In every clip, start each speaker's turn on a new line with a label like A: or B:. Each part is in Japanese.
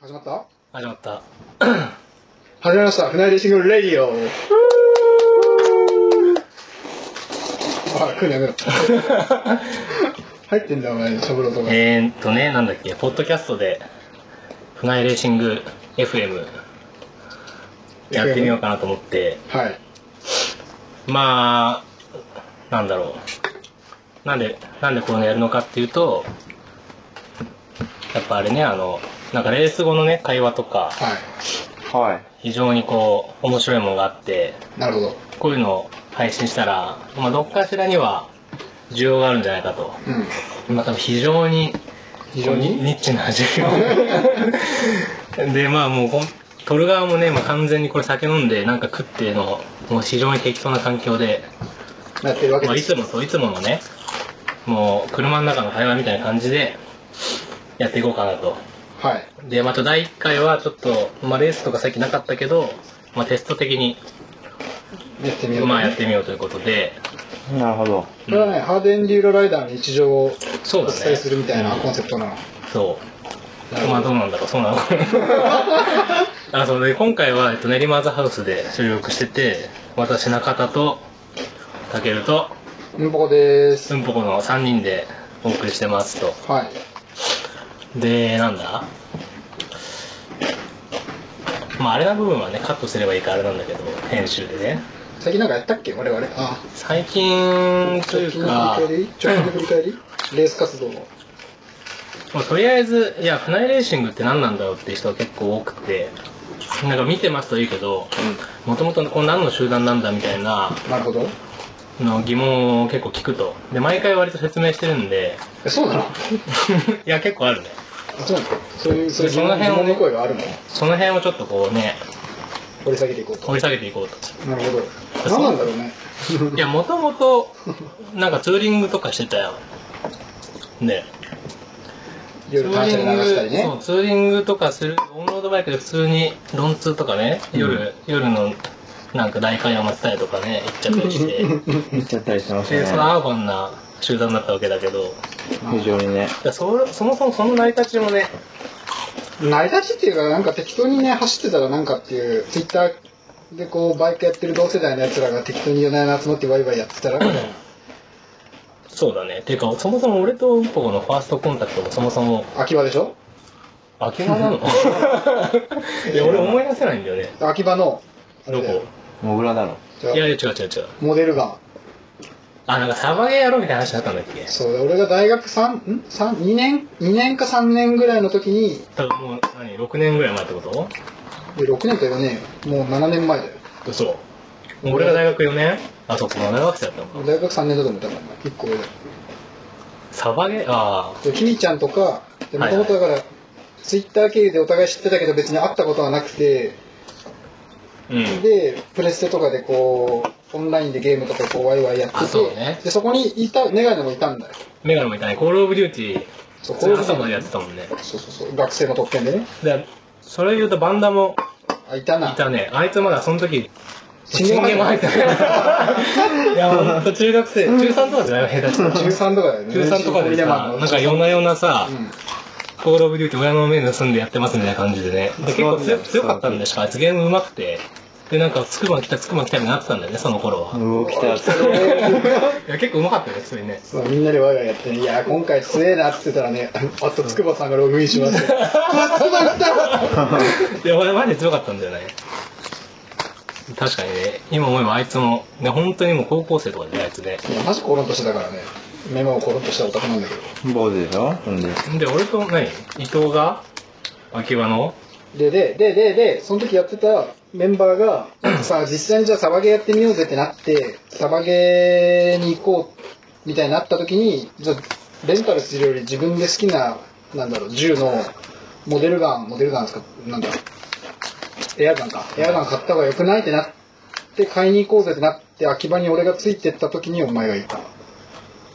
A: 始まった
B: 始まった。
A: 始まりました。船出シングルレディオ。あ、来るね。入ってんだよ、お前、シャブロとか。
B: えーっとね、なんだっけ、ポッドキャストで、船井レーシング FM やってみようかなと思って、
A: はい。
B: まあ、なんだろう。なんで、なんでこういうのやるのかっていうと、やっぱあれね、あの、なんかレース後のね、会話とか、
A: は
C: はい。
B: 非常にこう、面白いものがあって、
A: い。なるほど。
B: こういうのを配信したら、まあ、どっかしらには需要があるんじゃないかと。
A: うん。
B: まあ、多分非常に
A: 非常に
B: ニッチな味を でまあもうほん撮る側もね、まあ、完全にこれ酒飲んでなんか食ってのもう非常に適当な環境で、
A: やってるわけ
B: まあ、
A: で
B: い
A: す。
B: つもそういつものねもう車の中の会話みたいな感じでやっていこうかなと
A: はい。
B: でまた第1回はちょっと、まあ、レースとかさっきなかったけど、まあ、テスト的に、
A: やってみよう。
B: まあ、やってみようということで
C: なるほど。
A: これはね、ハーデンリューロライダーの日常を
B: そう
A: お
B: だね
A: 伝えするみたいなコンセプトなの。
B: そう
A: なるほど
B: まあどうなんだろうそうな のあそうで今回は、えっと、練馬ザハウスで収録してて私中田とたけると
A: うんぽこでーす
B: う。んぽこの3人でお送りしてますと
A: はい。
B: でなんだまああれな部分はねカットすればいいからあれなんだけど編集でね
A: 最近なんかやったっけ我々。あ、
B: 最近と
A: 直
B: い
A: 近
B: う
A: の
B: か
A: 振り返り直近の振り返りレース活動の。
B: まあとりあえず、いや、船井レーシングって何なんだろうって人が結構多くて、なんか見てますといいけど、もともとこう何の集団なんだみたいな
A: なるほど。
B: の疑問を結構聞くと。で、毎回割と説明してる んで、
A: え、そうなの
B: いや、結構あるね。
A: あ、そうなのそういう、そういう疑
B: その
A: 問疑
B: 辺を
A: 問の声があるの
B: その辺をちょっとこうね、
A: 掘り下げていこうと。
B: 掘り下げていこう と。
A: なるほど。何なんだろうね。
B: いや、もともと、なんかツーリングとかしてたよ。ね。
A: 夜単車で流したりね。
B: そうツーリングとかするオンロードバイクで普通にロンツーとかね夜、夜のなんか大会を待ってたりとかね行っちゃったりして
C: 行っちゃったりしてました
B: でその
C: ね。
B: アーバンな集団だったわけだけど
C: 非常にね。
B: いやそそもそもその成り立ちもね
A: 成り立ちっていうか、なんか適当にね、走ってたらなんかっていう、ツイッターでこう、バイクやってる同世代の奴らが適当に夜な夜な集まってワイワイやってたら、みたいな
B: そうだねていうかそもそも俺とうんぽこのファーストコンタクトもそもそも
A: 秋葉でしょ
B: 秋葉な のいや俺思い出せないんだよね
A: 秋葉の、あれ
B: ど
A: だよ
B: こ
C: モグラだろ。
A: じゃあ
B: いやいや違う違う違う
A: モデルガン。
B: あなんかサバゲーやろうみたいな話だったんだっけ
A: そうだ、俺が大学3、ん三2年、2年か3年ぐらいの時に、
B: 多分もう何6年ぐらい前ってこと
A: で6年と4年よ、もう7年前だよ。
B: 嘘俺が大学4年あそっかもう大学生だったのか
A: 大学3年だと思ったから、1個上だよ。
B: サバゲーあ
A: でひみちゃんとかも
B: は
A: と
B: い
A: もとだから、ツイッター経由でお互い知ってたけど別に会ったことはなくて、
B: ーうん
A: でプレステとかでこうオンラインでゲームとかこうワイワイやってて
B: あそうね
A: でそこにいたメガネもいたんだよ
B: メガネもいたねコールオブデューティー
A: そう
B: こういう朝
A: こ
B: ま
A: う
B: で
A: い
B: や
A: う
B: ってたもんね
A: そうそうそう学生の特権でね
B: でそれ言うとバンダも
A: あいたない
B: たねあいつまだその時
A: 信号
B: も入ってない いやほんと中学生中3とかじゃない下手したら中
A: 13とかだよね
B: 3とかでさなんか夜な夜なさ、
A: うん
B: コールオブデューティー親の目盗んでやってますみたいな感じでねで結構強強かったんでしかあいつゲーム上手くてでなんかつくば来たつくば来たみたいになってたんだよねその頃は、
C: 動きたやつ。
B: いや結構うまかったよね普通にね
A: そうみんなでワイワイやってね、いやー、今回強えなって言ってたらね、あと筑波さんがログインし ますよ。うわ 筑波来た
B: いや俺マジで強かったんだよね確かにね今思えばあいつもね本当にもう高校生とかでねあいつね
A: いやマジコロンとしてたからね、メモをコロンとした男なんだけど。
C: 坊主でしょほんで。
B: で俺と何伊藤が秋葉の
A: で、で、で、で、で、その時やってたメンバーが、さあ、実際にじゃあサバゲーやってみようぜってなって、サバゲーに行こうみたいになった時に、じゃあレンタルするより自分で好きな、なんだろう、銃のモデルガン、モデルガンですか、なんだろう、エアガンか。エアガン買った方が良くないってなって、買いに行こうぜってなって、秋葉に俺がついてった時にお前がいた。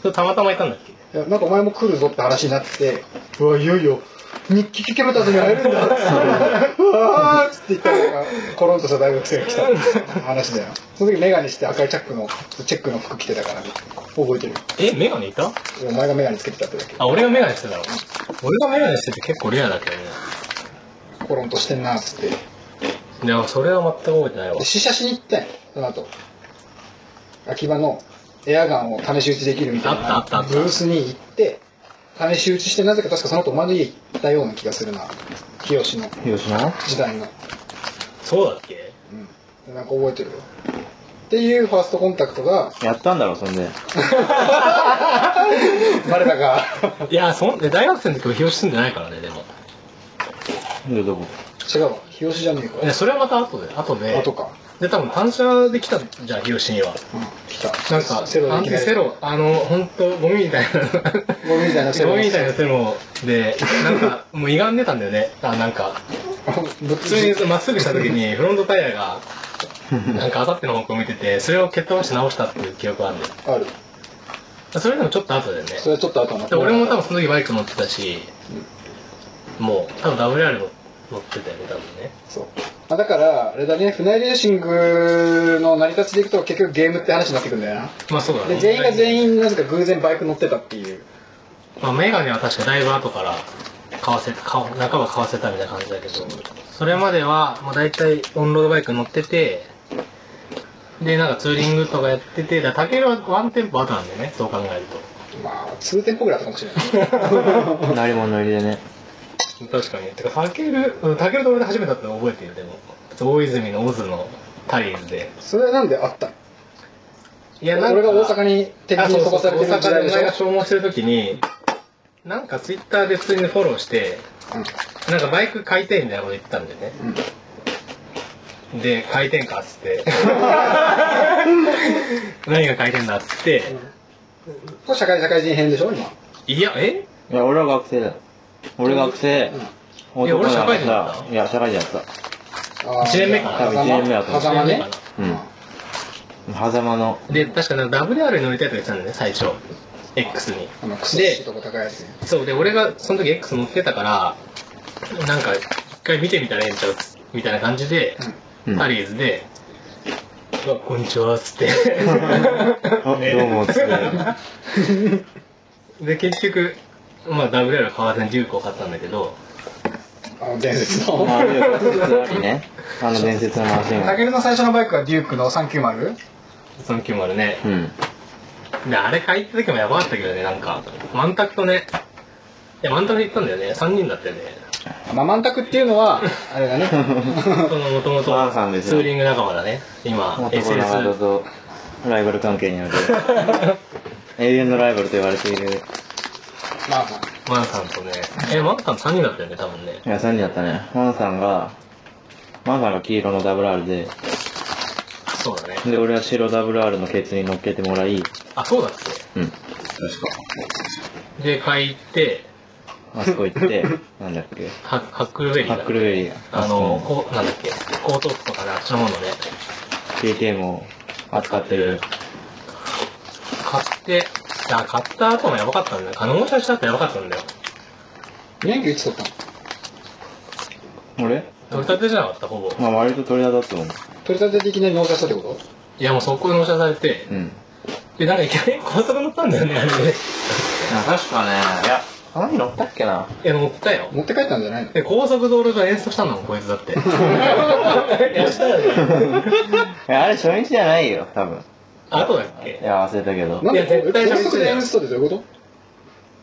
B: それたまたまいたんだっけ
A: いやなんかお前も来るぞって話になって、うわ、いよいよ、日記聞けめたずに会えるんだ。うわーっつって言ったら、コロンとした大学生が来た話だよ。その時メガネして赤いチャックの、チェックの服着てたから、覚えてる。
B: えメガネいた
A: お前がメガネつけてたってだけ。
B: あ俺がメガネしてたの俺がメガネしてて結構レアだけどね
A: コロンとしてんなっつって
B: いや、それは全く覚えてないわ
A: で。試写しに行ったんよその後秋葉のエアガンを試し撃ちできるみたい
B: あったあ
A: な
B: った
A: ブースに行って試し撃ちしてなぜか確かその後お前の家行ったような気がするな清の
C: 広島
A: 時代の
B: そうだっけ
A: うんなんか覚えてるよっていうファーストコンタクト が
C: やったんだろ、そんで。
A: バレたか
B: いや、そんで大学生の時も日吉住んでないからね、でも。
C: で、どこ
A: 違うわ日吉じゃねえか
B: いや、それはまた後で、後で。
A: 後か
B: で、多分単車で来たじゃん、日吉に
A: う
B: は。
A: ん来た
B: なんか、
A: セロでいきな
B: あ
A: り
B: セロ、あの、本当ゴミみたいな。
A: ゴミみたいなセロ
B: ゴミみたいなセロで、なんか、もう歪んでたんだよね。あ、なんか、
A: ぶっ
B: 普通にまっすぐした時に、フロントタイヤが、なんか、あさっての方向向いてて、それを蹴っ飛ばして直したっていう記憶があるんだよ。
A: ある
B: それでもちょっと後だよね。
A: それはちょっと後になっ
B: で
A: た
B: 俺も多分その時バイク乗ってたし、もう、多分 WR も乗ってたよね、多分ね。
A: そうまあだからあれだね船井レーシングの成り立ちでいくと結局ゲームって話になってくるんだよな
B: まあそうだね。
A: で全員が全員なぜか偶然バイク乗ってたっていう
B: まあ、メガネは確かだいぶ後から買わせ買わ半ば買わせたみたいな感じだけどそれまではもう大体オンロードバイク乗っててでなんかツーリングとかやっててだからタケルはワンテンポ後なんだよねそう考える
A: まあ通店っぽくなったかもし れない
C: なりも乗りでね。
B: と確かにてかタケルうんタケルと俺で初めてだったの覚えてるでも大泉のオズのタリーズで
A: それはなんであったの
B: いやなんか
A: 俺が大阪に鉄筋飛ばされてる
B: あ
A: 時
B: そうそう
A: 代
B: 大
A: で
B: 阪で
A: し
B: お
A: ょ
B: 前が消耗してる時になんかツイッターで普通にフォローしてなんかバイク買いたいみたいなこと言ってたんだよね
A: うん、うん
B: で、回転かっつって。何が回転だっつって。
A: これ社会社会人編でしょ今
B: いや、え
C: いや、俺は学生だよ。俺が学生。
B: うんいや俺社会人だった
C: いや、社会人だった。
B: 一年目か
A: な
C: 多分一年目だと思う
A: 狭間
B: 一
A: ね
B: 年目か
C: な狭間の。
B: で、確かなんか WR に乗りたいとか言ってたんだよね、最初。X に
A: あのク。ソしい
B: で
A: と、こ高いやつね
B: そう、で、俺がその時 X 乗ってたから、なんか、一回見てみたらええんちゃうみたいな感じで、
C: うん
B: タリーズで、うわこんにちは、っつって。
C: あどうも っつっ
B: で、結局、まあ、WR は買わずに1個買ったんだけど、
A: あの伝説 の
C: あれよ、ありね。あの伝説のマシン
A: タ
C: が。
A: ケルの最初のバイクはデュークの 390?
B: 390ね。
C: うん。
B: で、あれ買いた時もやばかったけどね、なんか、満卓とね、いや、満卓で行ったんだよね、3人だったよね。
A: まあ、満卓っていうのは、あれだね。
B: その、もともと、ツ
C: ワンさんですよ
B: ーリング仲間だね、今、
C: 男の間
B: SS。
C: とライバル関係において、永遠のライバルと言われている。
A: まあまあ、
B: ワンさんとね、え、ワンさん3人だったよね、多分ね。
C: いや、3人だったね。マンさんが、マンさんが黄色の WR で、
B: そうだね。
C: で、俺は白 WR のケツに乗っけてもらい、
B: あ、そうだっ
C: うん。
B: け。で、買いって、
C: あそこ行 って、なんだっけ。
B: ハハックルベリー
C: ハ
B: だ
C: ックルベリー。
B: あの、
C: そこ
B: こう、なんだっけ、コート服とかね、あっちのものね、
C: KTM を扱ってる。
B: 買って、いや、買った後もやばかったんだよ。あの、納車した後やばかったんだよ。
A: 免許いつ取ったの
C: 俺
B: 取り立てじゃなかった、ほぼ。
C: まあ割と鳥肌だと思う。
A: 取り立てていきなり納車したってこと
B: いや、もう速攻で納車されて、
C: うん。
B: で、なんかいきなり 高速乗ったんだよね、あれで。
C: 確かね、いや、あに乗ったっけな。
B: いや、乗ったよ。
A: 持って帰ったんじゃないの
B: で、高速道路上演奏したんだもん、こいつだ って。いや、したよね。
C: いや、あれ初日じゃないよ、多分。
B: あとだっ
C: い
B: け
C: や、忘れたけど。
A: なんで
B: いや絶対
A: 高速で
B: だよ
A: 演出ってどういうこ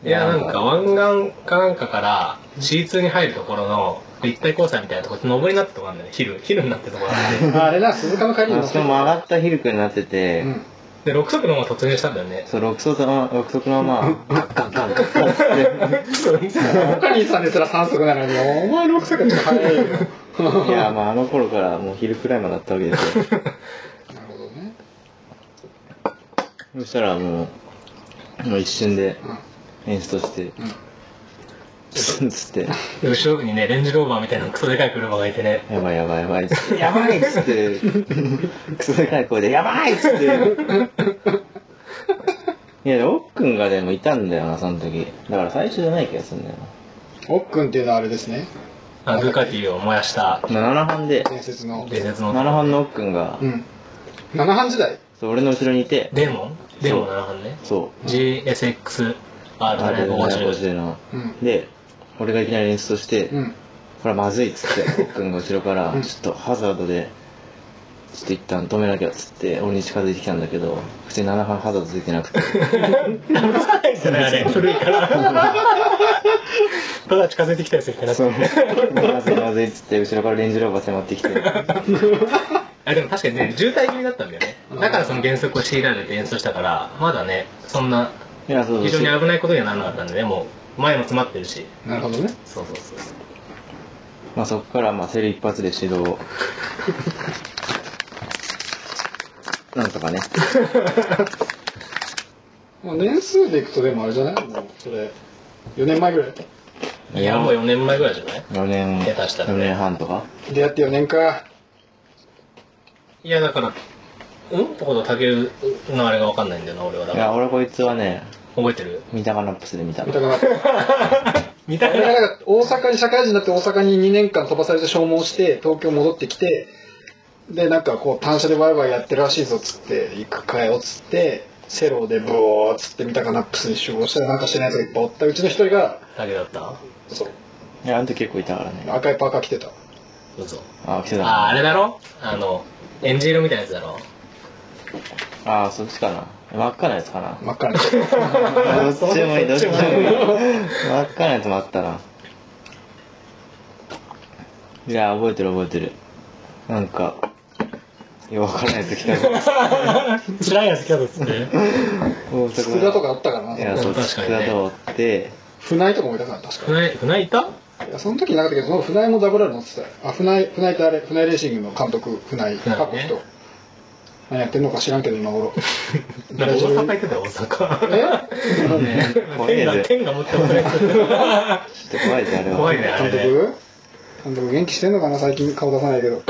B: いや、なんか湾岸かなんかから C2 に入るところの立体交差みたいなとこって上りになってるとこなんだよね、昼。昼になってるとこなんで。
A: とあれな、鈴鹿の帰りに乗
C: あ
A: っ
C: そ
A: て
C: こ
A: る
C: 曲がったヒルクになってて、
A: うん。
B: で、6速のまま突入したんだよね。
C: そう、六足の、六足のまあ、ガッガッガッガッガッ
A: 他にさんですら3速なのに、お前6速って早いよ。
C: いや、まああの頃からもう昼くらいまでだったわけですよ。
A: なるほどね。
C: そしたらもう、もう一瞬で
A: うん。
C: 演出として、
A: うん
C: スンつって、
B: で後ろにね、レンジローバーみたいなクソでかい車がいてね。
C: やばいやばいやばいっつって、やばいっつって、クソでかい声で、やばいっつって。いや、ロックンがでもいたんだよな、その時。だから最初じゃない気がするんだよ
A: おっくんっていうのはあれですね。
B: あドゥカティを燃やした
C: な。7班で、
A: 伝説の。
B: 伝説
C: 7
B: の
C: 班のロックンが
A: う、ん。七班時代
C: そう俺の後ろにいて、
B: デーモンデーモン7班ね。
C: そう、
B: GSX
C: あれ、
B: R750
C: の
A: うん。
C: で、俺がいきなり演出として、
A: うん。
C: これはまずいっつって、僕君が後ろから、ちょっとハザードで、ちょっと一旦止めなきゃっつって、俺に近づいてきたんだけど、普通に7番ハザードついてな くて、
B: ダブつかないですよね、あれ。古い から。ただ近づいてきたやつみたい
C: そう、
B: な。
C: まずいまずいっつって、後ろからレンジローバー迫ってきて、
B: あでも確かにね、渋滞気味だったんだよね。だからその減速を強いられて演奏したから、まだね、そんな、
C: いや、そう
B: 非
C: そ
B: 常
C: う
B: に危ないことにはならなかったんでね、もう、前も詰まってるし。
A: なるほどね。
B: そうそうそうそう。
C: まあそこから、まあセル一発で指 導を。なんとかね。
A: まあ、年数でいくとでもあれじゃないもう、それ、4年前ぐらい。
B: いや、もう4年前ぐらいじゃない
C: 4年、
B: 下手したら
C: 4
B: ね
C: 年半とか
A: 出会って4年か。
B: いや、だから、うんってことたけるのあれが分かんないんだよな、俺は。だ
C: い
B: から
C: や、俺こいつはね、
B: 覚えてる
C: 三鷹ナップスで見た
A: 見たくなかった。
B: 見た
A: 俺が
B: い
A: なんか大阪に社会人になって大阪に2年間飛ばされて消耗して東京戻ってきてでなんかこう単車でワイワイやってるらしいぞっつって行くかよっつってセローでブオーっつって三鷹ナップスに集合したらなんかしてないやつがいっぱいおったうちの一人が
B: だけだった
A: そう
C: いや、あの時結構いたからね。
A: 赤いパーカー着てた
B: 嘘。
C: あ、来てた。
B: あ、あれだろあの、エンジ色みたいなやつだろ
C: あー、そっちかな。真っ赤なやつかな。
A: 真っ赤な人
C: どっちもいい、どっちもいい。真っ赤なやつもあったな。いや、覚えてる覚えてる。なんか、よくわからないやつ来たぞ。
B: 辛いやつ来たぞっつって。
C: 大阪
A: 福田とかあったから
C: いや、
A: な
C: そう、
B: 確か
C: 福
B: にね
C: 田とおって、
A: 船井とかもいたから確か
B: 船井、船井いた
A: いやその時なかったけどその船井もダブル乗ってたよあ船井船井ってあれ船井レーシングの監督船井
B: 船井ね
A: 過去人何やってんのか知らんけど今頃
B: なんか大阪行ってたよ、大阪。ね
C: 怖い
B: 天
C: や
B: が、
C: つ
B: 天が持ってもらえた。
C: ちょっと怖いです、あれは。
B: 怖いね、あ
A: 監
B: れね。
A: 督監督元気してんのかな最近顔出さないけど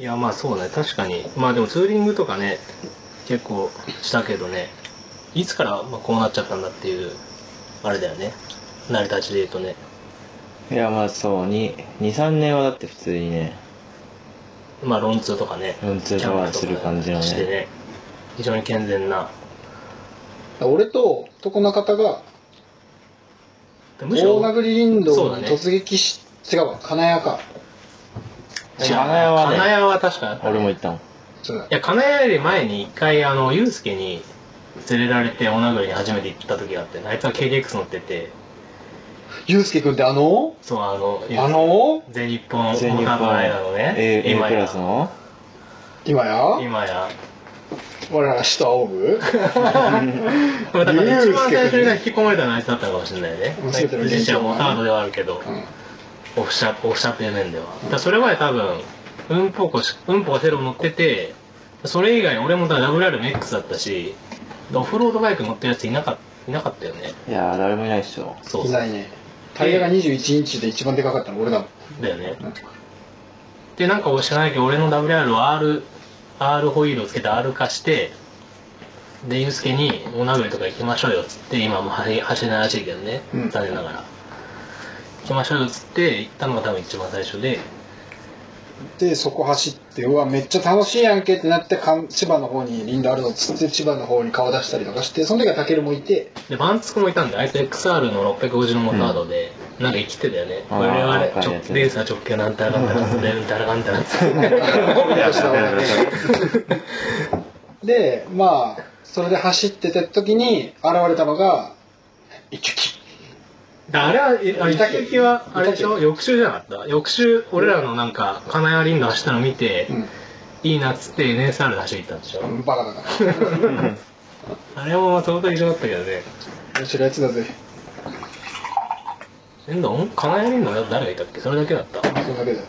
B: いや、まあそうね、確かに。まあでもツーリングとかね、結構したけどね、いつからまあこうなっちゃったんだっていう、あれだよね。成り立ちで言うとね。
C: いや、まあそう、に2、3年はだって普通にね、
B: まあ、論通とかね、
C: 論通とかする感じのね
B: キャンプとかしてね、非常に健全な、
A: 俺と床中田が
B: むしろ、
A: 大殴り林
B: そう
A: 道
B: だ
A: に
B: ね
A: 突撃し、違うわ金谷か
C: 金谷はね
B: 金谷は確かあったね
C: 俺も行ったもん。
A: そうだ
B: いや、金谷より前に一回、あの、ゆうすけに連れられて、大名栗に初めて行った時があって、あいつは KDX 乗ってて、
A: ゆうすけくんってあの
B: そう、あの、ゆうすけ
A: あの
B: 全日本、
C: 全日
B: 他
C: 本
B: の間のね、
C: A, A
B: 今
C: ク
B: や
C: ラスの
A: 今や
B: 今や。
A: 我らが下仰ぐ
B: まあだから
A: ゆ
B: 一
A: うす
B: 番
A: け
B: 最初に
A: くん
B: 引き込まれたのはあいつだったのかもしれないね。
A: 全ての現
B: 自
A: 象
B: 身
A: は
B: はもうタードではあるけど。
A: うん
B: オフシャオフシャっていう面では。だからそれまで多分、うんぽこし、うんぽがセロ乗ってて、それ以外、俺もだから WRMX だったし、オフロードバイク乗ってるやついなかいなかったよね。
C: いやー、誰もいない っしょ。
B: そう
A: い
B: そう。
A: ないねタイヤが21インチで一番でかかったの俺だもん
B: だよね
A: うん。
B: で、なんか知らないけど、俺の WR は R、R ホイールをつけて R 化して、で、ユースケに、お鍋とか行きましょうよっつって、今もう走走れないらしいけどね
A: うん、
B: 残念ながら。行きましょうよっつって、行ったのが多分一番最初で、
A: でそこ走ってうわめっちゃ楽しいやんけってなってかん千葉の方に林道あるぞっつって千葉の方に顔出したりとかしてその時はタケルもいて
B: で、バンツクもいたんで、あいつ XR の650のモタードで、なんか生きてたよね。
C: あー
B: 我々は
C: わ
B: ね、
C: かるやつ
B: 直レーサー直径なんたらかんたら、なんたらかんたらっつって。
A: でまあそれで走ってた時に現れたのが一撃
B: だあれは、えあれ、
A: いたっ
B: 一
A: け
B: 撃は、あれでし
A: いた
B: ょ翌週じゃなかった翌週、俺らのなんか、金谷リンド走ったの見て、いいなっつって NSR で走りに行ったんでしょ、
A: うんバカだから
B: あれも相当異常だったけどね。
A: 面白いやつだぜ
B: リンドン金谷リンドン誰がいたっけそれだけだった。
A: それだけだよ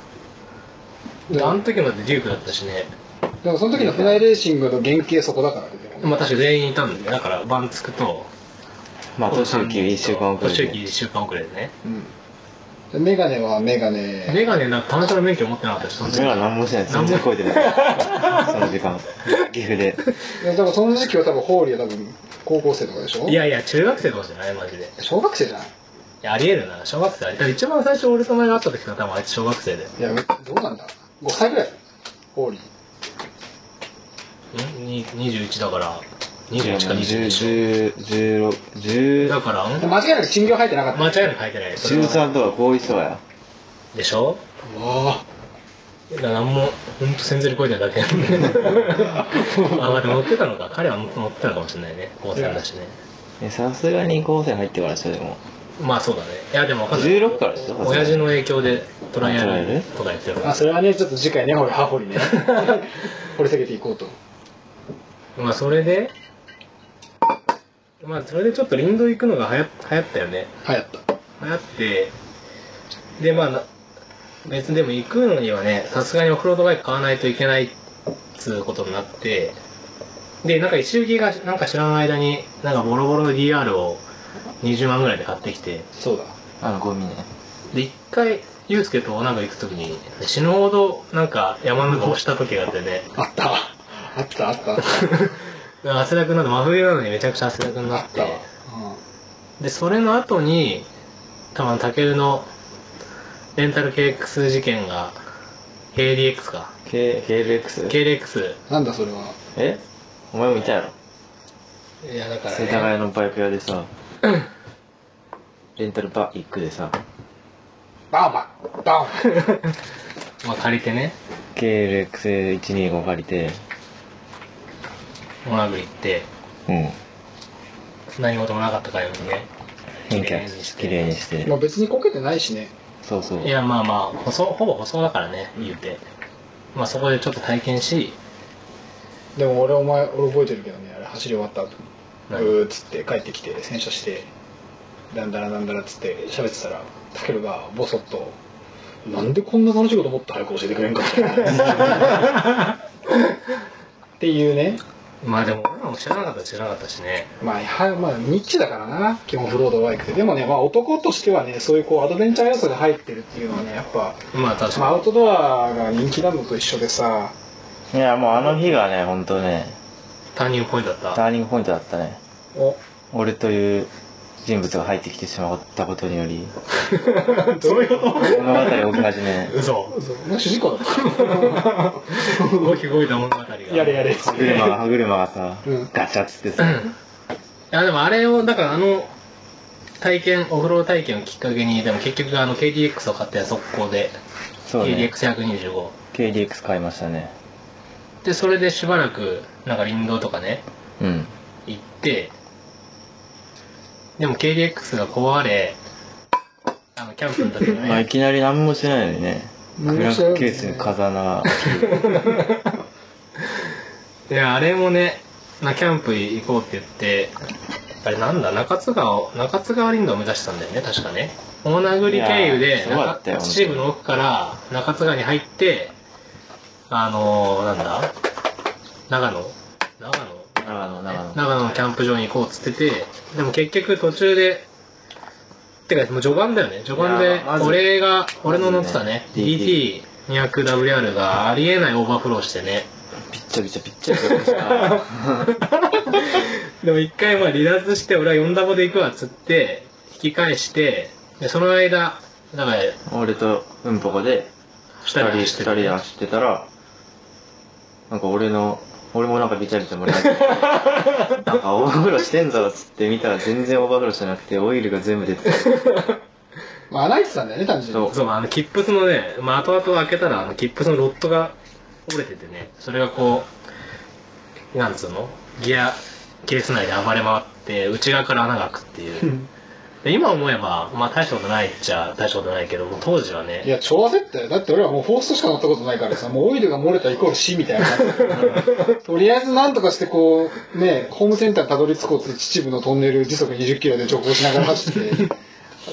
B: で、あの時までデュークだったしね。
A: でもその時の船井レーシングの原型そこだからね
B: まあ確か全員いたんで、だから、バンつくと、
C: まあ、年行き1週間遅れ
B: 年
C: で
B: 行き。1週間遅れでね。
A: うんでメガネはメガネ
B: メガネ、なんか、単車の免許持ってなかったし、その時
C: 俺ら何もしない。全然超えてな い。その時間。岐阜で。
A: いやだからその時期は多分ホーリーは多分高校生とかでしょ
B: いやいや、中学生とかじゃないマジで。い
A: 小学生じゃない
B: や、ありえるな。小学生あり。だから一番最初俺とお前が会った時が多分あいつ小学生で。
A: いやどうなんだ5歳ぐらいホーリー
B: んに21だから21か22
C: 10、16、10
B: だから
A: 間違いなく賃料入ってなかった。
B: 間違いなく書いてないそれは
C: 13とかこういう人や。
B: でしょ
A: うわ
B: いや、なんも、ほんと戦前に超えてないだけなん で。あ、まあ、でも乗ってたのか。彼は乗ってたのかもしれないね。高専だしね。
C: えさすがに高専入ってからでしょ、でも。
B: まあ、そうだね。いや、でもわかんない。
C: 16からでしょさすがに
B: 親父の影響でトライ
C: トラ
B: ア
C: イアル
B: ルとかやってる
A: ー
B: から
A: あ、。それはね、ちょっと次回ね、ほり、はほり ね。掘り下げていこうと。
B: まあ、それで、まあ、それでちょっと林道行くのがはや流行ったよね。
A: 流行った。
B: 流行って、で、まあな、別にでも行くのにはね、さすがにオフロードバイク買わないといけないっつうことになって、で、なんか石行がなんか知らない間に、なんかボロボロの DR を20万ぐらいで買ってきて、
A: そうだ。
C: あの、ゴミね。
B: で、一回、ユうスケとなんか行くときに、死ぬほどなんか山の中押した時があってね、
A: あった。あった、あった。あっ
B: 汗だくになって、真冬なのにめちゃくちゃ汗だくになったて、で、それの後に、多分タケルのレンタル KX 事件が、KDX か。
C: K、KLX?
B: KDX。
A: なんだそれは。
C: えお前もいたやろ。
B: いや、だか
C: 世田
B: ら、ね、
C: 谷のバイク屋でさ、レンタルバイクでさ、
A: バーマバ ーマ
B: まあ借りてね、
C: KLX125 借りて、
B: モナグリ行って、
C: うん。
B: 何事もなかったかようにね。
C: 返却して、綺麗にして
A: ま。あ別にこけてないしね。
C: そうそう。
B: いや、まあまあ、舗装ほぼ舗装だからね、言うて。まあそこでちょっと体験し、
A: でも俺お前俺覚えてるけどねあれ走り終わった後
B: 何
A: うーっつって帰ってきて洗車してだんだらだんだらっつって喋ってたらタケルがボソッと「なんでこんな楽しいこともっと早く教えてくれんか ったの?」っていうね
B: まあでも俺らも知らなかったら知らなかったしね。
A: まあはまあニッチだからな基本フロードバイクってでもねまあ男としてはねそういうこうアドベンチャー要素が入ってるっていうのはねやっぱ、
B: まあ確
A: まあ、
B: か
A: アウトドアが人気なのと一緒でさ
C: いや、もうあの日がね、ほんとね、
B: に、ターニングポイントだっ
C: タ
B: た。
C: ーニングポイントだったね。
A: お
C: 俺という人物が入ってきてしまったことにより、
A: どういう こと
C: 物語が起き始め、
B: 嘘。
A: そうお前主人公だった
B: 動き動いた物語が。
A: やれや れ。
C: 歯車が、歯車がさ
A: うん、
C: ガチャっつってさ、
B: いやでもあれをだからあの体験オフロード体験をきっかけにでも結局あの KDX を買って速攻で、
C: そうね、
B: KDX125
C: KDX 買いましたね。
B: でそれでしばらくなんか林道とかね
C: うん。
B: 行ってでも KDX が壊れあのキャンプの時の
C: まあ、い
B: ね
C: きなり何もしないのにね、
A: 何
C: ブ
A: も
C: ラ
A: しない
C: ッ
A: よね
C: クケースに風 穴、
B: いやあれもねなキャンプ行こうって言ってあれなんだ中津川を中津川林道を目指したんだよね確かね大殴り経由
C: いや
B: で
C: ーすごかったよ
B: 中秩父の奥から中津川に入ってあのー、なんだ長野長野
C: 長野、長野。
B: 長野のキャンプ場に行こうっつっててでも結局途中でてかもう序盤だよね序盤
C: い
B: で
C: やまず
B: 俺が俺の乗ってたね
C: まずね
B: DT200WR がありえないオーバーフローしてね
C: ピッチャピチャピッチャピチャピチャ。
B: でも一回まあ離脱して俺は4ダボで行くわっつって引き返してでその間だから2
C: 俺とうんぽこで、
B: 人
C: 二
B: で
C: 人、
B: 走って
C: 二人
B: る
C: で走ってたら、なんか俺の、俺もなんかびちゃびちゃ盛り 上がって、なんかオーバーフローしてんぞっつって見たら全然オーバーフローしてなくて、オイルが全部出てた。
A: まあ、穴開いてたんだよね、単純に。
C: そう。
B: そうあの切符のね、まあ、後々開けたらあの切符のロットが折れててねそれがこうなんつうのギアケース内で暴れ回って内側から穴が開くっていうで今思えば、まあ、大したことないっちゃ大したことないけど当時はね
A: いや、超焦ったよ。だって俺はもうフォーストしか乗ったことないからさ、 もうオイルが漏れたイコール死みたいな。とりあえずなんとかしてこう、ね、ホームセンターにたどり着こうって秩父のトンネル時速20キロで徐行しながら走って、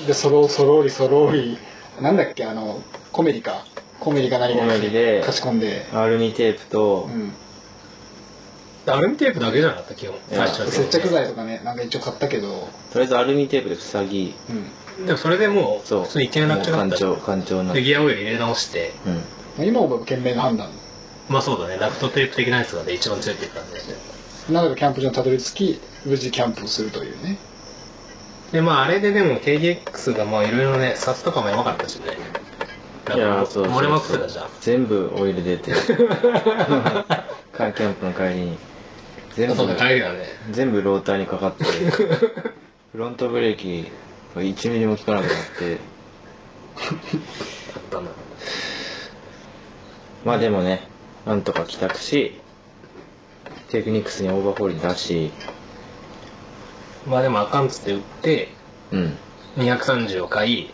A: で、そろそろりそろり、なんだっけ、あの、コメディか。コメディか何か
C: コメディで
A: かしこんで。
C: アルミテープ
A: う
C: と、
A: ん。
B: アルミテープだけじゃなかった基本
C: い
B: 最
C: や
B: 初は
A: 接着剤とかね、なんか一応買ったけど、
C: とりあえずアルミテープで塞ぎ、
A: うん。
B: でもそれでもう
C: そう。
B: 普通にいけなくな
C: も
B: っ
C: う
B: た
C: 干潮、干潮になっ
B: で
C: て。
B: ギアオイル入れ直して
C: うん。
A: まあ今思えば賢明な判断。
B: まあそうだねダクトテープ的なやつがね一番強いって言ったんで
A: なんとかキャンプ場にたどり着き、無事キャンプをするというね。
B: でまああれででも KDX がまあいろいろね札とかもやばかったしねなん
C: い
B: か
C: や
B: も
C: ー
B: う
C: そうそうそう
B: 漏れまくって たじゃん
C: 全部オイル出てカーキャンプの帰りに全部
B: そうだ、帰りだね。
C: 全部ローターにかかって、フロントブレーキが1ミリも効かなくなって、
B: あったな。
C: まあでもね、なんとか帰宅し、テクニクスにオーバーホールに出し、
B: まあでもあかんっつって売って、
C: うん。
B: 230を買い、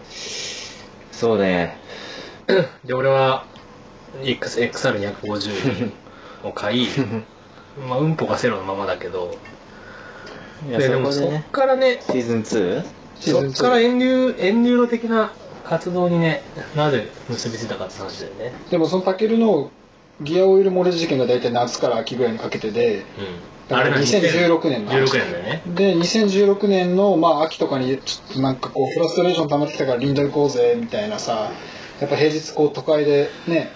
C: そうね。
B: で、俺は X- XR250 を 買い、まあ、うんぽがセロのままだけど、
C: いや、
B: でで
C: そ
B: も
C: こで
B: そ
C: ね
B: っ、からね、
C: シーズン 2?
A: シーズ
B: そ
A: ン
B: っ
A: 2
B: から遠流、遠流路的な活動にね、なぜ結びついたかって話だよね。
A: でもそのタケルのギアオイル漏れ事件が大体夏から秋ぐらいにかけてで、
B: うん。あれだ
A: 2016年の
B: 16年だよね。
A: で、2016年の、まあ、秋とかに、ちょっとなんかこう、フラストレーション溜まってきたから、臨場行こうぜ、みたいなさ、やっぱ平日こう、都会でね、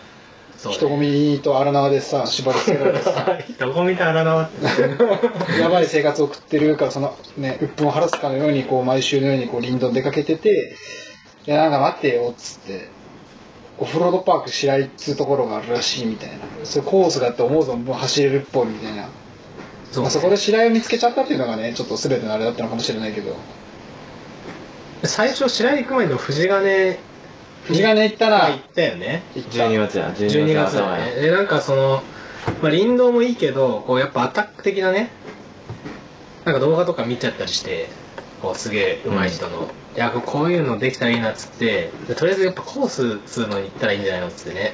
B: そうね
A: 人 混みと荒縄でさ、縛り付けられてさ、
B: どこ見たらなって。
A: やばい生活を送ってるから、そのね、鬱憤を晴らすかのように、こう、毎週のように、こう、林道に出かけてて、いや、なんか待ってよ、っつって、オフロードパーク白井っつうところがあるらしい、みたいな。そういうコースがあって思うぞ、もう走れるっぽい、みたいな。
B: そう
A: まあ、そこで白井を見つけちゃったっていうのがね、ちょっと全てのあれだったのかもしれないけど。
B: 最初、白井行く前の藤ヶ根
A: 藤ヶ谷行ったな
B: 行ったよね。
A: 行った
C: 12月や、
B: 12月
C: 12月
B: だ
C: 頭
B: ね。
C: や。
B: で、なんかその、まあ、林道もいいけど、こう、やっぱアタック的なね、なんか動画とか見ちゃったりして、こう、すげえ上手い人の、いや、こういうのできたらいいなっつって、でとりあえずやっぱコースつうのに行ったらいいんじゃないのっつってね。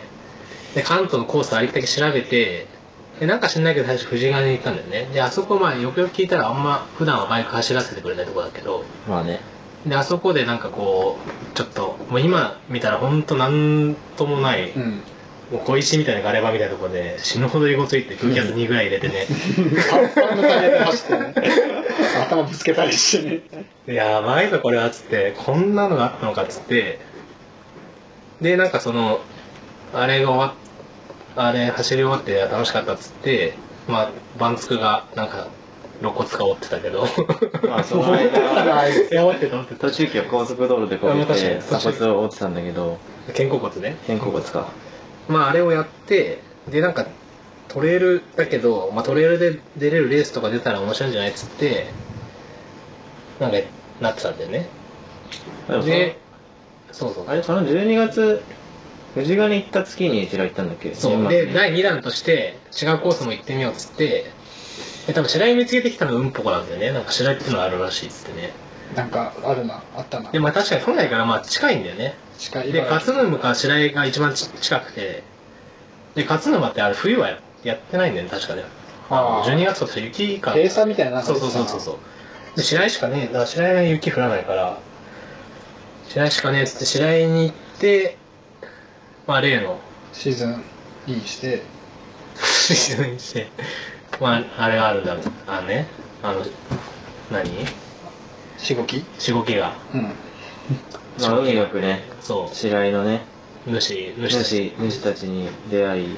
B: で、関東のコースありったけ調べて、で、なんか知んないけど最初藤ヶ谷に行ったんだよね。で、あそこまあ、よくよく聞いたらあんま普段はバイク走らせてくれないとこだけど、
C: まあね。
B: で、あそこでなんかこう、ちょっと、もう今見たらほんとなんともない、
A: うん。
B: もう小石みたいなガレ場みたいなところで死ぬほどいごついて空気圧2ぐらい入れてね、
A: 頭のタイヤで走ってね。頭ぶつけたりしてね。
B: やばいぞこれはっつってこんなのがあったのかっつってでなんかそのあれが終わっあれ走り終わって楽しかったっつってまあ番付がなんか肋骨が折ってたけど
C: まあその間
B: いや折ってた折って
C: 途中級高速道路でこうやっ
B: あ
C: て
B: 昔途中
C: 鎖骨を折ってたんだけど、
B: た肩甲骨ね
C: 肩甲骨か。
B: まああれをやってでなんかトレイルだけど、まあ、トレイルで出れるレースとか出たら面白いんじゃないっつってなんかなってたんだよね
C: でもその
B: でそうそう
C: あれ、その12月、藤ヶ谷に行った月に白井行ったんだっけ
B: そう
C: 年末
B: で
C: に
B: 第2弾として違うコースも行ってみようっつってで多分白井見つけてきたのがうんぽこなんだよねなんか白井っていうのがあるらしいっつってね
A: なんか、あるな、あったな
B: で。まあ確かに都内からまあ近いんだよね
A: 近い。
B: で勝沼か白井が一番ち近くてで勝沼ってあれ冬はややってないんだよね確かね
A: ああ
B: 12月とか雪か
A: 閉鎖みたいななんか
B: そうそうそうそうそうで白井しかねえだから白井は雪降らないから白井しかねえっつって白井に行ってまあ例の
A: シーズンインして、
B: シーズンにしてまああれがあるんだあのねあの何
A: しごき
B: しごきが
A: うん。
C: まあ、運よくね、
B: そ
C: 白井のね、
B: う主主たち
C: 主主たちに出会い、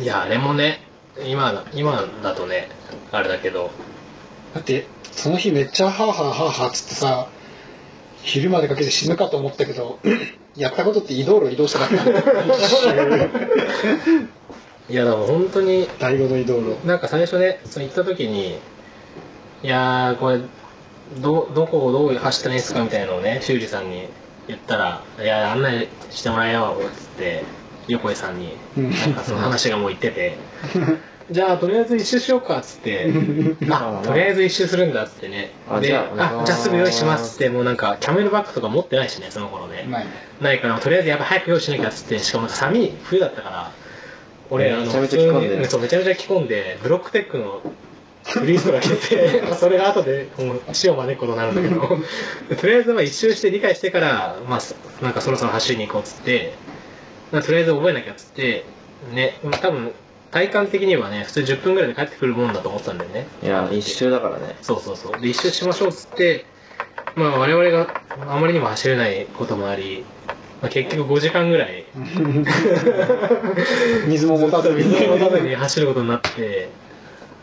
B: いやあれもね今今だとねあれだけど
A: だって、その日めっちゃハーハーハーハーっつってさ、昼までかけて死ぬかと思ったけど、 やったことって移動路移動したかったんだよ一周
B: いやでも本当に
A: 第5の移動 路。
B: なんか最初ねその行った時にいやーこれどどこをどう走ったらいいんですかみたいなのをね修二さんに言ったら「いや案内してもらえよ」っつって横井さんに
A: うん
B: なんかその話がもう言ってて「じゃあとりあえず一周しようか」っつって「あとりあえず一周するんだ」っつってね
C: あ
B: で「
C: じゃあ
B: あじゃあすぐ用意します」っつってもうなんかキャメルバッグとか持ってないしねその頃ね
A: ないね。
B: ないからとりあえずやっぱ早く用意しなきゃっつってしかも寒い冬だったから俺あの
C: めちゃめちゃ着込んで
B: 普通にそうめちゃめちゃ着込んでブロックテックのフリースとか着て まあそれが後でもう死を招くことになるんだけどとりあえずまあ一周して理解してから、まあ、そなんかそろそろ走りに行こうっつってまあとりあえず覚えなきゃっつってね多分体感的にはね普通10分ぐらいで帰ってくるもんだと思ってたんだよね
C: いや、一周だからね。
B: そうそうそう。で、一周しましょうっつって、まあ我々があまりにも走れないこともあり、まあ、結局5時間ぐらい、
A: 水も持たずに。
B: 水を持たずに走ることになって、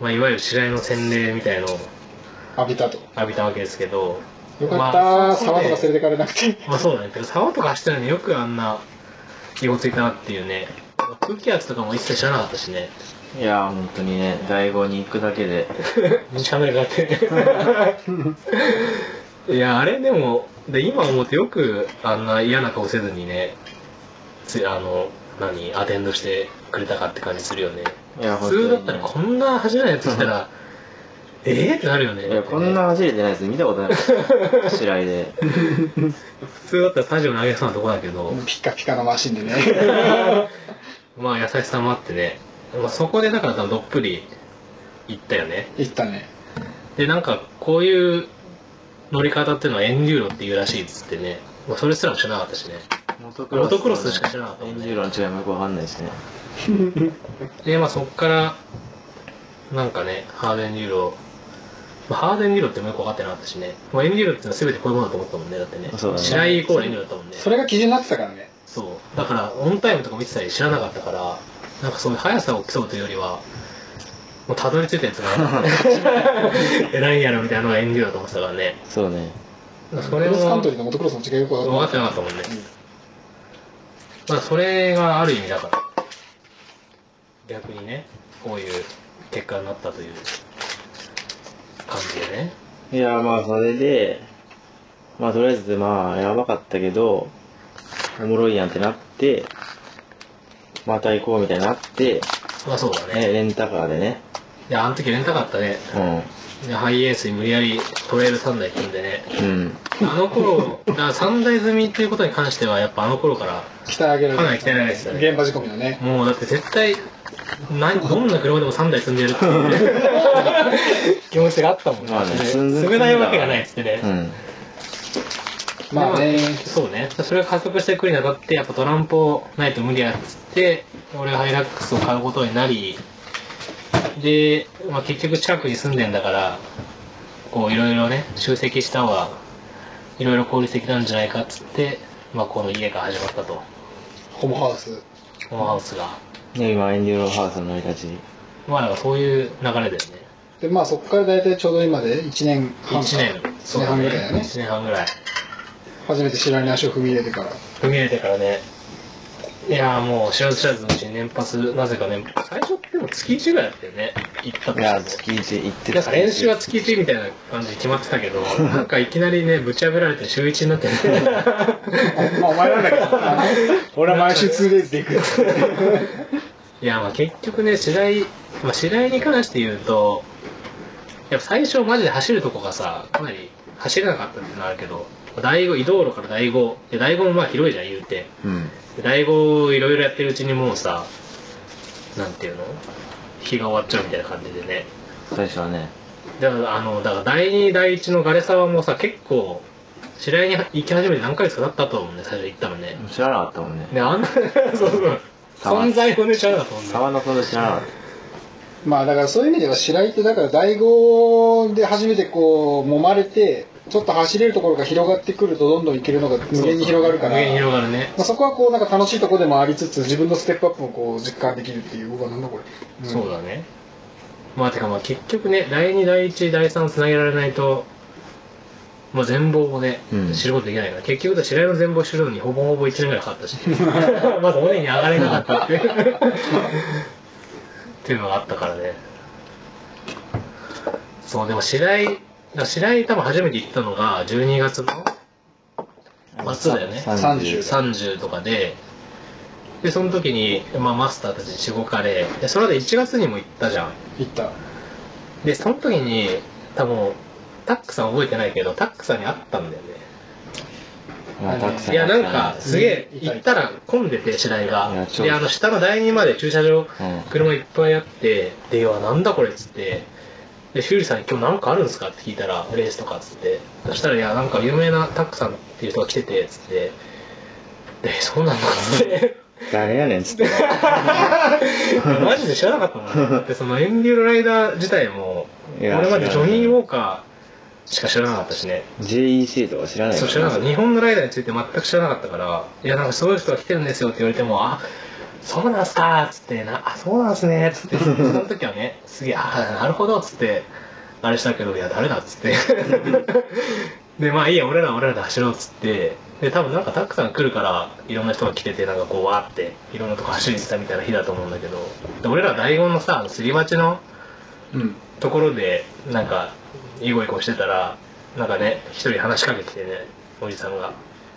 B: まあいわゆる白井の洗礼みたいのを
A: 浴びたと。
B: 浴びたわけですけど、
A: よかった
B: ま
A: ー、
B: あ
A: 沢とか連れてかれなくて。
B: まあそうだね。てか沢とか走ってるのによくあんな気をついたなっていうね。空気圧とかも一切知らなかったしね。
C: いやー、本当にね、醍醐に行くだけで。
B: 2時間ぐらいかか って。いや、あれでも、で今思ってよくあんな嫌な顔せずにね、つあの、何、アテンドしてくれたかって感じするよね。
C: いや、
B: 普通だったらこんな走らないやつ来たら、えーってなるよね。
C: いや、こんな走れてないやつ見たことない。白井で。
B: 普通だったらタジオ投げそうなとこだけど、
A: ピッカピカのマシン でね。
B: まあ優しさもあってね、まあ、そこでだから多分どっぷり行ったよね。
A: いったね。
B: でなんかこういう乗り方っていうのはエンデューロっていうらしいっつってね、まあ、それすらも知らなかったしね
C: モト
B: モトクロスしか知らなかった
C: エ
B: もん
C: ン
B: ね
C: ジューロの違いもよくわかんないしね。
B: でまあそっからなんかねハードエンデューロ、まあ、ハードエンデューロってもよく分かってなかったしね、まあ、エンデューロっていうのは全てこういうものだと思ったもんねだってね
C: そうだね
B: 白井イコールエンデューロだったもんね
A: それが基準になってたからね。
B: そうだからオンタイムとか見てたり知らなかったからなんかそういう速さを競うというよりはもうたどり着いたやつ が 偉いんやろみたいなのがエンデューロだと思ってたからね
C: そうね。
B: そ
A: ク
B: れ
A: ロ
B: も
A: スカントリーとモトクロスの違いよくわかん
B: 分
A: ない
B: かってなかったもんね、まあそれがある意味だから逆にねこういう結果になったという感じでね
C: いや、まあ、それで、まあ、とりあえず、まあ、やばかったけど、おもろいやんってなって、また行こうみたいになって、
B: まあそうだね
C: ね、レンタカーでね。
B: いやあの時レンタカーあったね
C: うん。
B: でハイエースに無理やりトレイル3台組んでね
C: うん。
B: あの頃だから3台積みっていうことに関してはやっぱあの頃から
A: 鍛え上げる。
B: かなり鍛えられてたね
A: 現場仕込みのね。
B: もうだって絶対何どんな車でも3台積んでやるっていう 気持ちがあったもん
C: まあね、
B: で
C: 寸々
B: 積めないわけがないっつってね、
C: うん。
A: まあね
B: で。そうね。それを加速してくるにあたって、やっぱトランプをないと無理やっつって、俺はハイラックスを買うことになり、で、まあ、結局近くに住んでんだから、こういろいろね、集積した方が、いろいろ効率的なんじゃないかっつって、まあ、この家が始まったと。
A: ホモハウス。
B: このハウスが。
C: ね、今、エンデューロハウスの乗り立ち。
B: まあ、なんかそういう流れだよね。
A: で、まあそこから大体ちょうど今で1年半。
B: 1年。
A: 1年半ぐらいだよね。
B: 1年半ぐらい。
A: 初めて白いに足を踏み入れてから。
B: 踏み入れてからねいやーもう知らず知らずのうちに年パスなぜかね最初でも月1ぐらいだったよね行った
C: いや、
B: として
C: 月1行って
B: もなんか練習は月1みたいな感じで決まってた けどなんかいきなりねぶち破られて週1になってね
A: ま あお前なんだけどな。 俺は毎週 2days で行くよ。
B: いやまあ結局ね白井、まあ、白井に関して言うとやっぱ最初マジで走るとこがさかなり走れなかったっていうのはあるけど第5移動路から第5で第5もまあ広いじゃん言うて
C: うん。
B: ライブをいろいろやってるうちにもうさなんていうの日が終わっちゃうみたいな感じでね
C: 最初はね。
B: だからあのだから第2第1のガレ沢もさ結構白井に行き始めて何ヶ月かだったと思うんね最初行ったのね
C: 知らなかったもんね。
B: であんな そうそう
C: 沢
B: 存在をね知らなかったもんね
C: 沢の存在知らなかっ
A: まあだからそういう意味では白井ってだから第5で初めてこう揉まれてちょっと走れるところが広がってくるとどんどんいけるのが無限に広がるから
B: 無限に広がるね
A: まあ、そこはこうなんか楽しいところでもありつつ自分のステップアップもこう実感できるっていう僕はなんだこれ、ん
B: そうだね。まあてかまあ結局ね、第2、第1、第3つなげられないと、まあ全貌をね、
C: うん
B: 知ることできないから、結局白井の全貌を知るのにほぼほぼ1年ぐらいかかったし、まず尾根に上がれなかったっていうっていうのがあったからね。そう、でも白井、だから白井多分初めて行ったのが12月の
C: た。
B: 末だよね。
A: 30
B: 30とかで、で、その時に、まあ、マスターたち4、5カレー、で、その後1月にも行ったじゃん。
A: いった
B: で、その時に、多分、タックさん覚えてないけど、タックさんに会ったんだよね。
C: まあ、たくさん
B: いや、なんか、すげえ、
A: うん
B: 行ったら混んでて、白井
C: い
B: が
C: や。超
B: で、あの、下の第2まで駐車場
C: うん、
B: 車いっぱいあって、で、うわ、なんだこれっつって、で、修理さんに今日なんかあるんですかって聞いたら、レースとかっつって、そしたら、いや、なんか有名なタックさんっていう人が来てて、つって、で、そうなんだっつって。
C: 誰やねんっ つって。
B: マジで知らなかったもんね。だってそのエンデューロライダー自体も、
C: いや
B: 俺までジョニ
C: 知
B: ー・
C: ら
B: ウ
C: ない
B: ォーカーしか知らなかったしね。
C: JEC とか知らない
B: そう知らなかった。日本のライダーについて全く知らなかったから、いや、なんかそういう人が来てるんですよって言われても、あ、そうなんすかっつって、なあ、そうなんすねっつ って、その時はね、すげえ、あ、なるほどっつって、 あれしたけど、いや、誰だっつって。で、まあいいや、俺らは俺らで走ろうっつって、で、多分なんかたくさん来るから、いろんな人が来てて、なんかこう、わーって、いろんなとこ走りに行ったみたいな日だと思うんだけど、で俺ら大根のさ、あのすり鉢の
A: うん。
B: ところで、なんか、イゴイゴしてたら、なんかね、一人話しかけてきてね、おじさんが。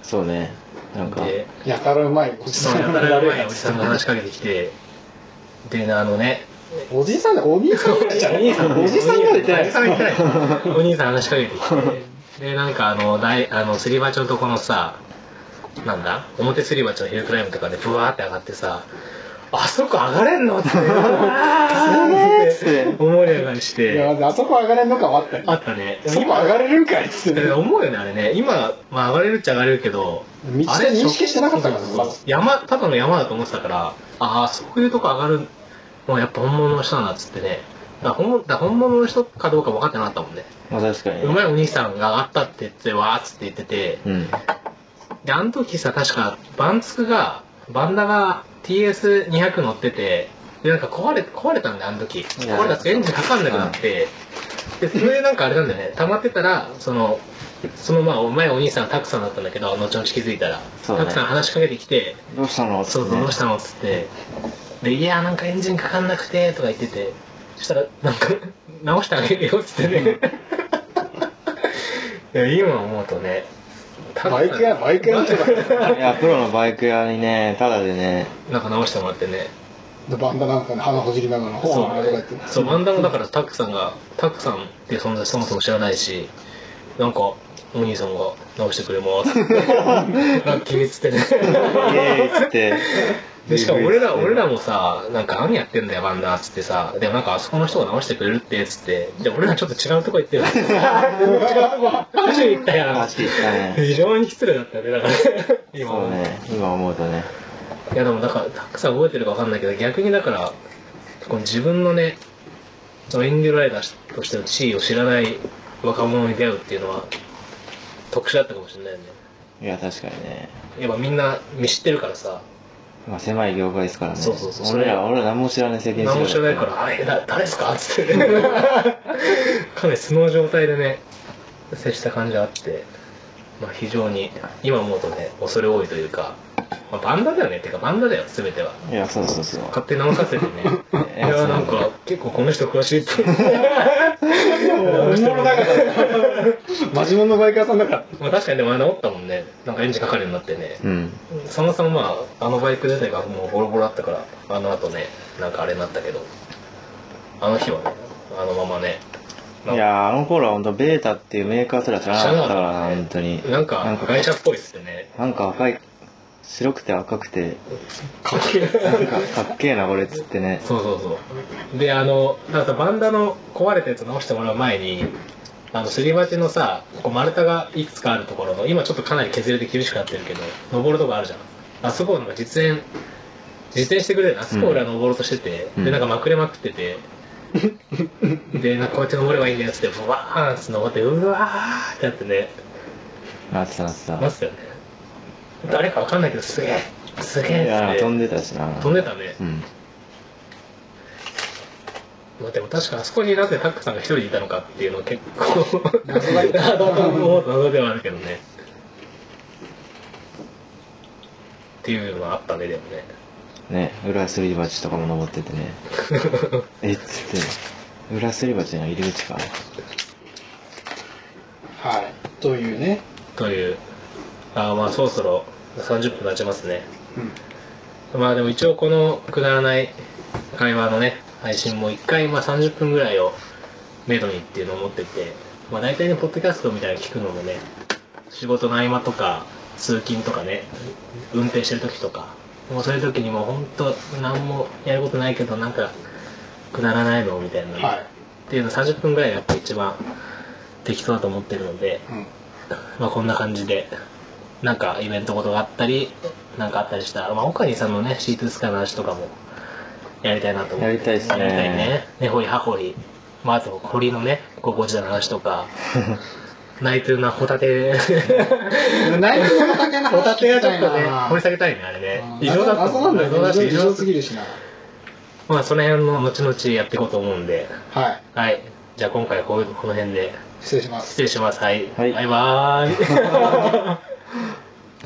C: そうね。なんか、
B: で、
A: やたらうまいおじさ
B: そ
A: ん
B: う、やたらうまいおじさんが
A: お
B: 話しかけてきて、でね、あのね、
A: じさんだ、お兄さんぐらいじゃないおじさんぐらい言ってない。
B: おじさん言ってない。お兄さん話しかけてきて、で、なんかあの、大あの、すり鉢のとこのさ、なんだ表すり鉢のヒルクライムとかでブワーって上がってさ、あそこ上がれんのって、うわー
C: すげえ
B: って思い上がりし
A: いや、
B: て、
A: あそこ上がれんのかはあったよ
B: あったね。
A: そこ上がれるんかいっつってね。
B: え思うよね、あれね。今、まあ上がれるっちゃ上がれるけど、
A: 道
B: あれ
A: 認識してなかったからね
B: そう
A: ま
B: そう
A: ず
B: そう山、ただの山だと思ってたから、ああ、そういうとこ上がる、もうやっぱ本物の人だなっつってね。だから本だから本物の人かどうか分かってなかったもんね。
C: まあ確かに。
B: うまいお兄さんが上がったって言って、わーっつって言ってて、
C: うん。
B: で、あの時さ、確か、バンツクが、バンダが TS200 乗ってて、で、なんか壊れ、壊れたんだよ、あの時。
C: や
B: 壊れたってエンジンかかんなくなって、で、それでなんかあれなんだよね、溜まってたら、その、そのまあ、うまいお兄さんはたくさんだったんだけど、後々気づいたら、
C: そうね
B: たくさん話しかけてきて、
C: どうしたの
B: そうそう、どうした
C: の
B: のっつって、で、いやーなんかエンジンかかんなくて、とか言ってて、そしたら、なんか、 直してあげるよ、っつってね。 いや、今思うとね、ただ
A: バイク屋、バイク屋の人 が、
C: いや、プロのバイク屋にね、タダでね、
B: なんか直してもらってね。
A: バンダなんかね、鼻ほじりながら、ほ
B: そう
A: うとか言って。
B: そう、漫談もだからタックさんが、タックさんっていう存在そもそも知らないし、なんか、お兄さんが直してくれますって。 なんか気につってね。
C: イエーイっつって。
B: で、しかも俺ら、俺らもさ、なんか何やってんだよ、バンダーっつってさ、でもなんかあそこの人が直してくれるって、つって、じゃあ俺らちょっと違うとこ行ってる。違うとこ、 走り行ったやん。
C: 走り行ったね
B: 非常に失礼だったよね、だ からね。今
C: そうね、今思うとね。
B: いやでもだからたくさん覚えてるかわかんないけど逆にだからこの自分のねそのインディーライダーとしての地位を知らない若者に出会うっていうのは特殊だったかもしれないよね
C: いや、確かにね。
B: やっぱみんな見知ってるからさ
C: まあ、狭い業界ですからね。
B: そうそうそう
C: 俺ら、俺ら何も知らない責任
B: 何も知らないから「あれだ誰です か?」っつってねかなり素の状態でね接した感じがあって、まあ、非常に今思うとね恐れ多いというか、まあ、バンダだよねっていうかバンダだよ全ては。
C: いや、そうそうそう。。
B: 勝手に直させてね いや、なんか、結構この人詳しい って。
A: 本物だから。マジモンのバイク屋さんだから。
B: まあ確かにでもあれ直ったもんね。なんかエンジンかかるようになってね。
C: うん。
B: そもそもまあ、あのバイク自体がもうボロボロだったから、あの後ね、なんかあれになったけど、あの日はね、あのままね。
C: いやあの頃は本当ベータっていうメーカーすら知らなかったからな本当に
B: なんか、外車っぽいっすよね。
C: なんか赤い白くて赤くて
B: かっけえ。
C: なんかかっけえなこれっつってね
B: そうそうそうであのなんかバンダの壊れたやつ直してもらう前にあのすり鉢のさこう丸太がいくつかあるところの今ちょっとかなり削れて厳しくなってるけど登るとこあるじゃんあそこをなんか実演実演してくれるあそこを俺は登ろうとしてて、
C: うん
B: でなんかまくれまくって て、でなんかこうやって登ればいいんだよっつってブワーンっつって登ってうわーってやってね
C: なってたなってた
B: ましたよね誰かわかんないけどすげえすげえ
C: い
B: っつっ
C: やー
B: て
C: 飛んでたしな
B: 飛んでたね
C: うん
B: まあでも確かあそこになぜタックさんが一人いたのかっていうのは結構
A: 謎だけど
B: 謎と思うと 謎ではあるけどねっていうのはあったねでもね
C: ね裏すり鉢とかも登っててねえっつって裏すり鉢の入り口か
A: はい。というね。
B: というあーまあそろそろ30分経ちますね
A: うん。
B: まあでも一応このくだらない会話のね配信も1回まあ30分ぐらいをめどにっていうのを持ってて、まあ、大体ねポッドキャストみたいなの聞くのもね仕事の合間とか通勤とかね運転してる時とかもうそういう時にもう本当何もやることないけどなんかくだらないのみたいな、
A: はい
B: っていうの30分ぐらいがやっぱ一番適当だと思ってるので、
A: うん。
B: まあ、こんな感じで、なんかイベントことがあったり、なんかあったりしたら、まあ、オカリンさんのね、C2 スカイの話とかも、やりたいなと思って。
C: やりたいっすね
B: やりたいね。ねほりはほり。まあ、あと、堀のね、高校時代の話と か、ナイトゥーなホ タテ。
A: ナイトゥーなホタテの話
B: ホタテはちょっ
A: 聞
B: とね
A: きたいな、
B: 掘り下げたいね、あれね。異常だった。
A: 謎なんだよ
B: 謎だ
A: ね。異
B: し、
A: 常すぎるしな。
B: まあ、その辺の後々やっていこうと思うんで。
A: はい。
B: はい。じゃあ今回こういうこの辺で
A: 失礼します。
B: 失礼します。はい。
C: はい
B: バイバーイ。